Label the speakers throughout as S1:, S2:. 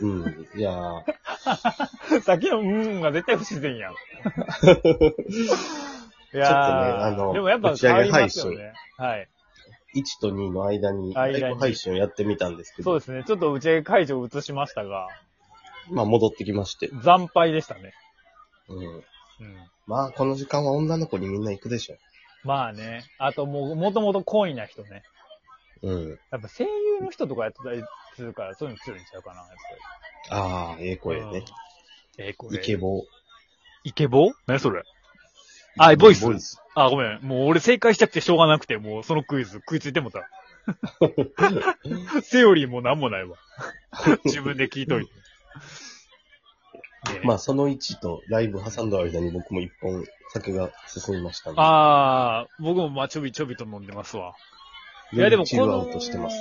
S1: うん。いやー、
S2: さっきのうーんが絶対不自 然やん。いや
S1: ちょ
S2: ー
S1: っとねあの
S2: でもやっぱ
S1: 打ち上
S2: 変
S1: げ
S2: わりますよね。はい。
S1: 1と2の間に、
S2: 間に
S1: ライブ配信をやってみたんですけ
S2: そう
S1: ど、
S2: ですね。ちょっと打ち上げ会場を移しましたが、
S1: まあ戻ってきまして。
S2: 惨敗でしたね。
S1: うん。
S2: うん。
S1: まあこの時間は女の子にみんな行くでしょ。
S2: まあね。あともう、もともと懇意な人ね。
S1: うん。
S2: やっぱ声優の人とかやってたりするから、そういうの強いんちゃうかな、やっぱ
S1: ああ、ええ声
S2: り。うん
S1: ね。。
S2: え、これ。
S1: イケボ
S2: イケボ何それあ、ボイス
S1: ボイス。
S2: あ、ごめん。もう俺正解したくてしょうがなくて、もうそのクイズ食いついても た。セオリーもなんもな いわ。自分で聞いといて。ね
S1: まあその1とライブ挟んだ間に僕も一本酒が進みましたね。
S2: あー、僕もまあちょびちょびと飲んでますわ。いやでも
S1: チ
S2: こ
S1: ルア
S2: の
S1: ウトしてます。。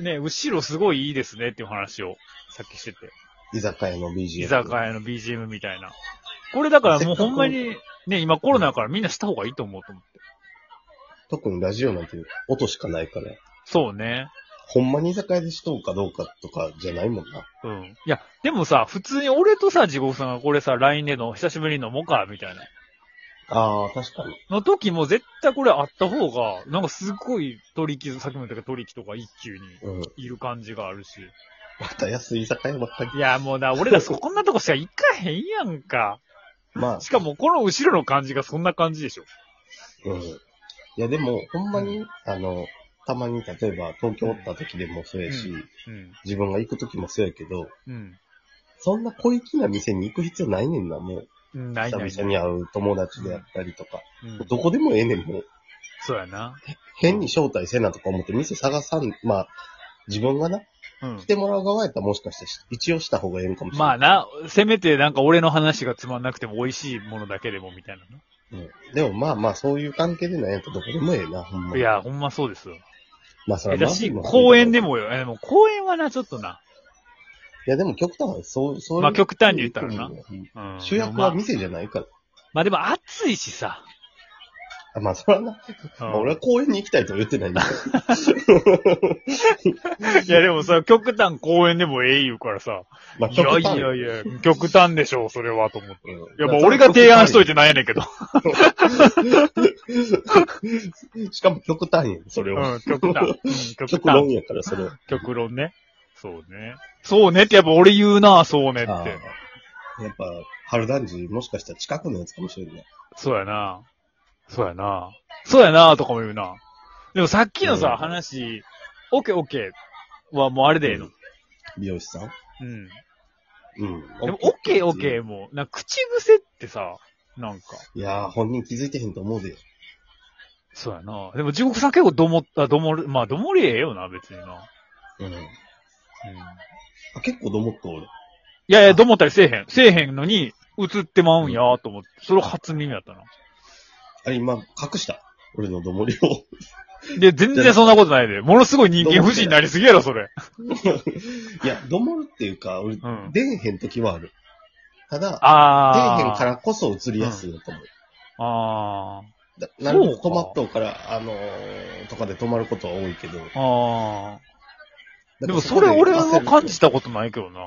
S2: ね、後ろすごいいいですねっていう話をさっきしてて。
S1: 居酒屋の BGM。
S2: 居酒屋の BGM みたいな。これだからもうほんまに、ね、今コロナだからみんなした方がいいと思うと思って。
S1: 特にラジオなんて音しかないから、
S2: そうね。
S1: ほんまに居酒屋でしとうかどうかとかじゃないもんな。
S2: うん。いや、でもさ、普通に俺とさ、地獄さんがこれさ、LINE での久しぶりに飲もうか、みたいな。
S1: ああ、確かに。
S2: の時も絶対これあった方が、なんかすごい取り木、さっきも言ったけど取り木とか一級に
S1: うん。
S2: いる感じがあるし。
S1: また安い居酒屋ばっかり。
S2: いや、もうな、俺らそこんなとこしか行かへんやんか。
S1: まあ、
S2: しかもこの後ろの感じがそんな感じでしょ。
S1: うん。いや、でも、ほんまに、あの、たまに、例えば、東京おった時でもそうやし、
S2: うん。
S1: 自分が行く時もそうやけど、
S2: うん。
S1: そんな小粋な店に行く必要ないねんな、もう。
S2: うんない
S1: 久
S2: ないな
S1: 々に会う友達であったりとか。
S2: うん
S1: どこでもええねん、もう。
S2: そうやな。
S1: 変に招待せなとか思って店探さん、まあ、自分がな、
S2: うん
S1: 来。てもらう側やったらもしかしてし一応した方がええんかもしれない。
S2: まあな、せめてなんか俺の話がつまんなくても美味しいものだけでもみたいなの。
S1: うんでもまあまあ、そういう関係でないとどこでもええな、ほんま。
S2: い、や、ほんまそうですよ。
S1: まあそ
S2: え、
S1: れ
S2: だし、公園で。もよ。え、でも公園はな、ちょっとな。
S1: いやでも極端はそう、そういう。
S2: まあ極端に言ったらな
S1: うん。
S2: うん。
S1: 主役
S2: まあ
S1: は店じゃないから。
S2: まあでも暑いしさ。
S1: あまあそれはな、
S2: う
S1: ま
S2: ん
S1: あ俺は公園に行きたいとは言ってないんだけ
S2: いやでもさ、極端公園でもええ言うからさ。
S1: ど。まあ
S2: いや
S1: 極端。
S2: いやいや、極端でしょう、それはと思って。
S1: うん
S2: いや、まあ俺が提案しといてなんやねんけど。
S1: しかも極端やん、それ
S2: う
S1: は。
S2: ん、極端。うん極
S1: 極論
S2: 端。
S1: やから、それは。
S2: 極論ね。そうね。そうねってやっぱ俺言うな、そうねっ
S1: あ
S2: て。
S1: ーやっぱ、春団児、もしかしたら近くのやつかもしれない。
S2: そうやな。そうやな。そうやな、とかも言うな。でもさっきの
S1: うん
S2: さ、話、オッケーオッケーはもうあれでええの。
S1: 美容師さん
S2: うん。
S1: うん。
S2: でも、オッケーオッケーも、なんか口癖ってさ、なんか、
S1: いやー、本人気づいてへんと思うで。
S2: そうやな。でも、地獄さん結構どもった、どもる、まあ、どもりええよな、別にな。うん。
S1: うん。あ結構どもっと俺。
S2: いやいや、どもったりせえへん。せえへんのに、映ってまうんや、と思って。それ初耳やったな。
S1: あれ今、隠した。俺のどもりを。
S2: で、全然そんなことないで。ものすごい人間不信になりすぎやろ、それ。
S1: いや、どもるっていうか、俺、
S2: うん。
S1: 出えへん時はある。ただ、出
S2: あー。
S1: えへんからこそ映りやすいと思う。
S2: あー。
S1: だなん
S2: そ
S1: か
S2: うか
S1: 泊まっとうから、あのー、とかで泊まることは多いけど。
S2: ああ。
S1: だ
S2: で
S1: から
S2: もそれ
S1: こで
S2: 俺は感
S1: 焦
S2: じ
S1: る
S2: たことないけどな。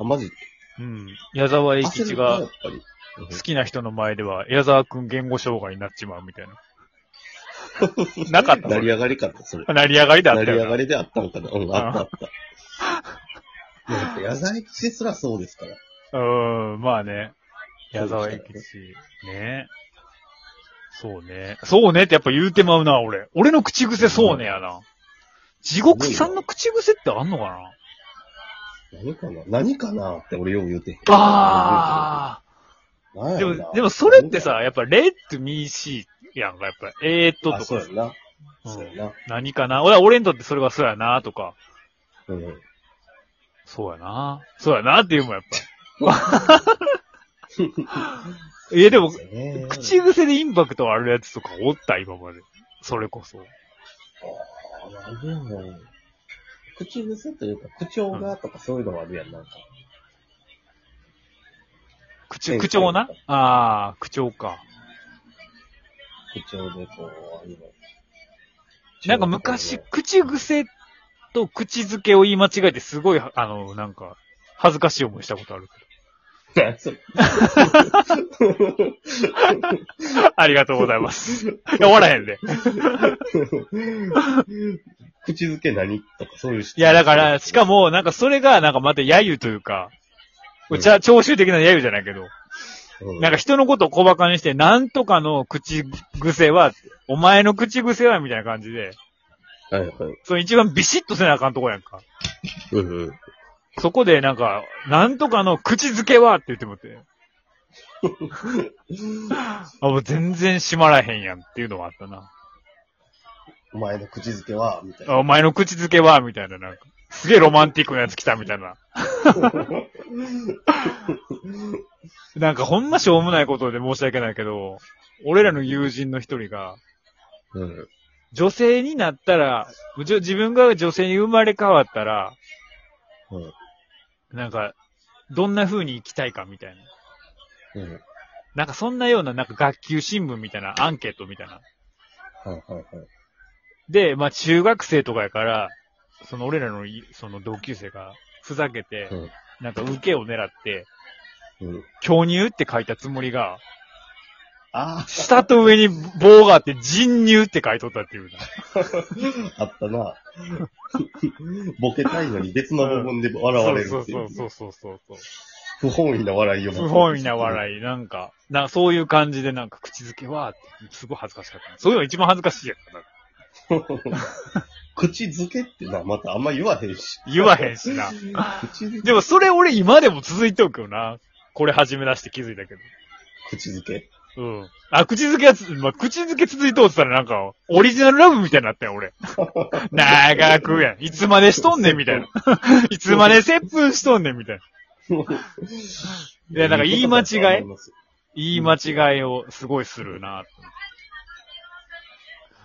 S1: あ、マジ。
S2: うん。矢沢永
S1: 焦
S2: 吉
S1: るな、や
S2: が
S1: っぱり。
S2: 好きな人の前では、矢沢くん言語障害になっちまうみたいな。なかった
S1: 成り上がりかと、それ。
S2: 成り上がりだっ
S1: 成
S2: た
S1: り上
S2: よ
S1: が
S2: な。
S1: りであったのかな。うん、あったあった。いやだって矢沢永吉ですらそうですから。
S2: うーん、まあね。矢沢永
S1: そうで
S2: 吉。ねそうね。そうねってやっぱ言うてまうな、俺。俺の口癖そうねやな。地獄さんの口癖ってあんのかな
S1: 何かな何かなって俺よう言うて。
S2: ああ
S1: あ
S2: でも、でもそれってさ、、やっぱ、レッドミーシーやんか、やっぱ、えーっと
S1: あ、
S2: と
S1: そう
S2: か
S1: や、な。
S2: うん
S1: そうやな。
S2: 何かな。俺は俺にとってそれがそうやなとか、
S1: うん。
S2: そうやなそうやなっていうもん、やっぱ。いや、でも、
S1: そうやね、
S2: 口癖でインパクトあるやつとかおった、今まで。それこそ。
S1: あーなんでやろう口癖というか、口調がとかそういうのはあるやん、なんか。
S2: 口、口調なああ、口調か。
S1: 口調でこう、ああいうの
S2: なんか昔、口癖と口づけを言い間違えてすごい、あの、なんか、恥ずかしい思いしたことある。
S1: 何それ
S2: ありがとうござい ます。いや、笑えんで。
S1: 口づけ何とかそういう
S2: いや、だから、しかも、なんかそれが、なんかまた揶揄というか、こうちゃ、聴衆的な揶揄じゃないけど、
S1: も
S2: なんか人のことを小馬鹿にして、なんとかの口癖は、お前の口癖は、みたいな感じで、
S1: はいはい。
S2: その一番ビシッとせなあかんとこやんか。
S1: うんうん。
S2: そこで、なんか、なんとかの口づけはって言ってもって。あ、もう全然閉まらへんやんっていうのがあったな。
S1: お前の口づけは、みたいな。
S2: あお前の口づけはみたいな、なんか。すげえロマンティックなやつ来たみたいな。なんかほんましょうもないことで申し訳ないけど、俺らの友人の一人が、
S1: うん。
S2: 女性になったら、じょ自分が女性に生まれ変わったら、
S1: うん
S2: なんか、どんな風に生きたいかみたいな。
S1: うん。
S2: なんかそんなような、なんか学級新聞みたいなアンケートみたいな。
S1: はいはいはい。
S2: で、まあ中学生とかやから、その俺らのい、その同級生がふざけて、
S1: うん
S2: なんか受けを狙って、
S1: うん。
S2: 巨乳って書いたつもりが、
S1: あ
S2: 下と上に棒があって、人乳って書いとったっていうな。
S1: あ、あったな。ボケたいのに別の部分で笑われる
S2: そう
S1: ってい
S2: そうう。そうそうそうそう。
S1: 不本意な笑いを。
S2: 不本意な
S1: い。
S2: 笑い、なんか、なんかそういう感じでなんか口づけはって、すごい恥ずかしかった。そういうの一番恥ずかしいやつだ。
S1: 口づけってな、またあんま言わへんし。
S2: 言わへんしな。
S1: 口づけ
S2: でもそれ俺今でも続いておくよな。これ始め出して気づいたけ
S1: 口づけ。
S2: ど。うん。あ、口づけやつ、まあ、口づけ続いておってたらなんか、オリジナルラブみたいになったよ、俺。長くやん。いつまでしとんねん、みたいな。いつまで接吻しとんねん、みたいな。いやなんか言い間違い
S1: います
S2: 言い間違いをすごいするな。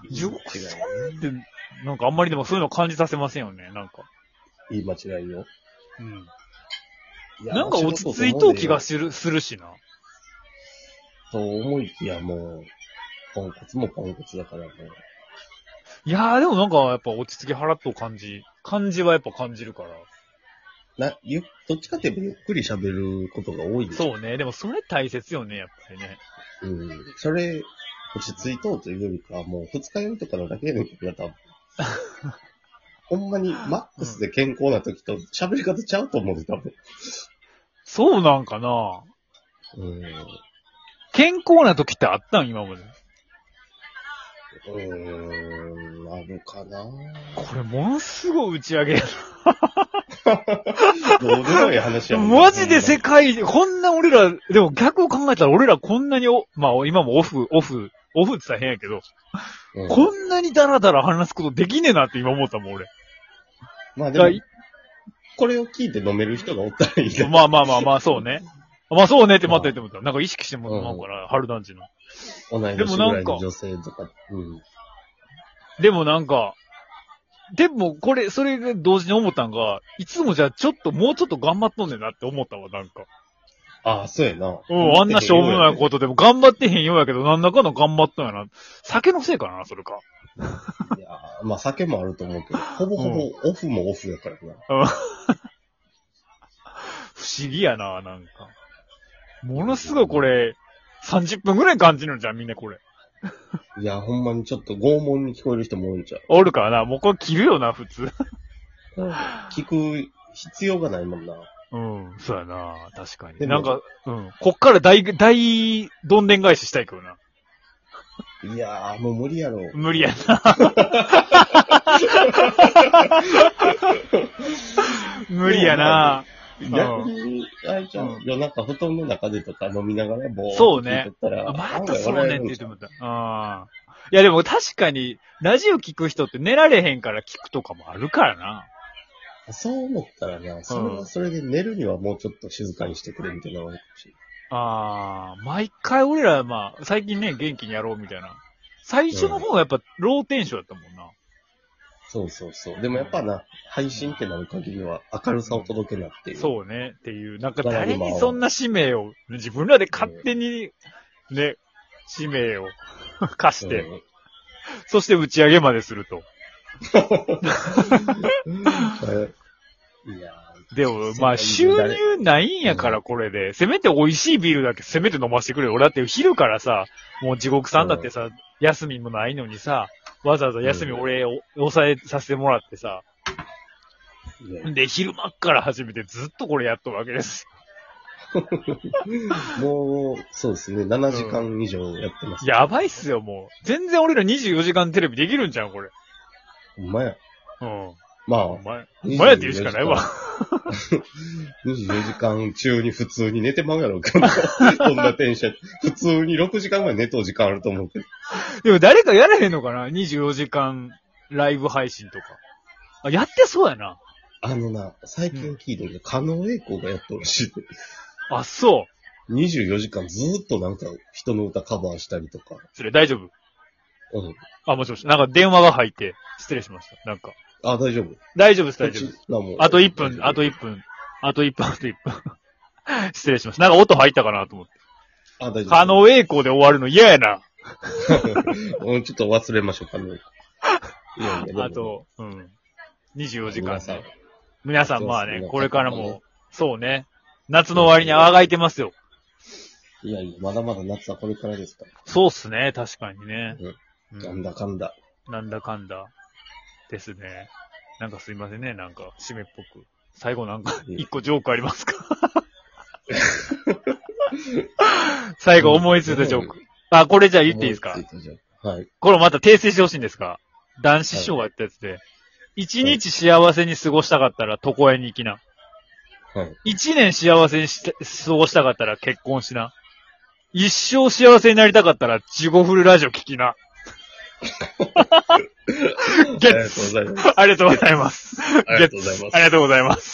S1: 言い間違
S2: で、なんかあんまりでもそういうの感じさせませんよね、なんか。
S1: い。言い間違いよ。
S2: うん。
S1: いや
S2: なんか落ち着いとう気がする、するしな。
S1: と思いきやもう、ポンコツもポンコツだからね。
S2: いやーでもなんかやっぱ落ち着き払っとう感じ、感じはやっぱ感じるから。
S1: な、ゆ、どっちかって言えばゆっくり喋ることが多いでしょ。
S2: そうね、でもそれ大切よね、やっぱりね。
S1: う。うん。それ、落ち着いとうというよりかは、もう二日酔いとかのだけの時が多 分。ほんまに、マックスで健康な時と喋り方ちゃうと思うで、多分。
S2: そうなんかな
S1: うん。
S2: 健康な時ってあったん今まで。
S1: うーん、あるかな
S2: これものすごい打ち上げや
S1: どうでもいい話や
S2: な。
S1: もん
S2: マジで世界、こんな俺ら、でも逆を考えたら俺らこんなにお、まあ今もオフ、オフ、オフって言ったら変やけど、
S1: うん
S2: こんなにダラダラ話すことできねえなって今思ったもん俺。
S1: まあ
S2: だから
S1: でも、これを聞いて飲める人がおったらいい な。
S2: まあまあまあまあ、そ うね。まあそうねって待ってって思った。なんか意識してもらおうかな、春団地の。
S1: 同い年ぐらいの女性とか。うん。
S2: でもなんか、でもこれ、それが同時に思ったんが、いつもじゃあちょっと、もうちょっと頑張っとんねんなって思ったわ、なんか。
S1: ああ、そうやな。
S2: うん、あんなしょうもないことでも頑張ってへんようやけど、なんだかの頑張ったんやな。酒のせいかな、それか。
S1: いやーまあ酒もあると思うけど、ほぼほぼオフもオフやからな。
S2: 不思議やな、なんか。ものすごいこれ、30分ぐらい感じるんじゃん、みんなこれ。
S1: いや、ほんまにちょっと拷問に聞こえる人も多いんちゃう。
S2: おるからな、もうこれ切るよな、普通。
S1: 聞く必要がないもんな。
S2: うん、そうやな、確かに。
S1: でも
S2: なんか、うん、こっから大、大、どんでん返ししたいけどな。
S1: いやー、もう無理やろ。
S2: 無理やな。無理やな。
S1: 逆に、あいちゃん、
S2: うん
S1: 夜中布団の中でとか飲みながらぼーっ
S2: そ
S1: と
S2: うね
S1: 聞いとったら、
S2: ま
S1: 案
S2: た
S1: 外
S2: そうね
S1: 笑
S2: っ
S1: え
S2: て
S1: るん
S2: 言っ
S1: ち
S2: て
S1: ゃう
S2: もらった。あーいやでも確かに、ラジオ聞く人って寝られへんから聞くとかもあるからな。
S1: そう思ったらな、それはそれで寝るにはもうちょっと静かにしてくれみたいなのがあるかもしれない
S2: ああ、毎回俺ら、まあ、最近ね、元気にやろうみたいな。最初の方はやっぱ、ローテンションやったもんな。
S1: そうそうそう。でもやっぱな、配信ってなる限りは明るさを届けなっていう。
S2: そうね、っていう。なんか
S1: だから
S2: 誰
S1: 今は
S2: にそんな使命を、自分らで勝手に、ね、使命を 課して、
S1: うん
S2: そして打ち上げまですると。
S1: いや
S2: でも、まあ、収入ないんやから、これで。せめて美味しいビールだけ、せめて飲ませてくれよ。俺だって昼からさ、もう地獄さんだってさ、休みもないのにさ、わざわざ休み
S1: うん
S2: 俺を抑えさせてもらってさ、
S1: ー、いや
S2: で、昼間っから始めてずっとこれやっとるわけです。
S1: もう、そうですね、7時間以上やってます。
S2: やばいっすよ、もう。全然俺ら24時間テレビできるんじゃん、これ。
S1: ほんまや。
S2: うん。
S1: ま
S2: お
S1: あ、
S2: 前、
S1: 24
S2: お前やって言うしかないわ。
S1: 24時間中に普通に寝てまうやろうけど、 こんな電車。普通に6時間ぐらい寝とう時間あると思うけど。
S2: でも誰かやらへんのかな ?24 時間ライブ配信とか。あ、やってそうやな。
S1: あのな、最近聞いてるけど、加納栄光がやっとるらしい。
S2: あ、そう。
S1: 24時間ずーっとなんか人の歌カバーしたりとか。
S2: それ大丈夫
S1: うん。
S2: あ、もしもし。なんか電話が入って、失礼しました。なんか。
S1: あ、大丈夫。
S2: 大丈夫です、大丈夫です。
S1: 夫
S2: あと1分、あと1分、あと1分、あと1分。 失礼しました。なんか音入ったかなと思って。
S1: あ、 大丈夫。
S2: 可能栄光で終わるの嫌やな。
S1: うんちょっと忘れましょうか ね。いやいや
S2: あ、と、うん。24時
S1: でも皆
S2: 間
S1: さん
S2: ね。皆さん、まあ
S1: そうです
S2: ね
S1: ね、
S2: これから
S1: なんか
S2: も、そうね。夏の終わりにあがいてますよ。
S1: いやいや、まだまだ夏はこれからですか
S2: そうっすね、確かにね。う
S1: ら。なん
S2: ん
S1: だかんだ。
S2: なんだかんだ。ですね。なんかすいませんね、なんか、締めっぽく。最後なんか、
S1: いえ
S2: 一個ジョークありますか 最後思いついたジョーク。あ、これじゃあ言っていいですか
S1: 思ついたじゃんはい。
S2: これまた訂正してほしいんですか男子師匠がやったやつで。一日幸せに過ごしたかったら床屋に行きな。
S1: はい。
S2: 一年幸せにし過ごしたかったら結婚しな。一生幸せになりたかったら地獄フルラジオ 聞きな。
S1: あ
S2: ゲ
S1: りがと
S2: ッ
S1: うご
S2: ツ
S1: ざいます。
S2: ありがとうございます。
S1: ありがとうございます
S2: ありがとうございます。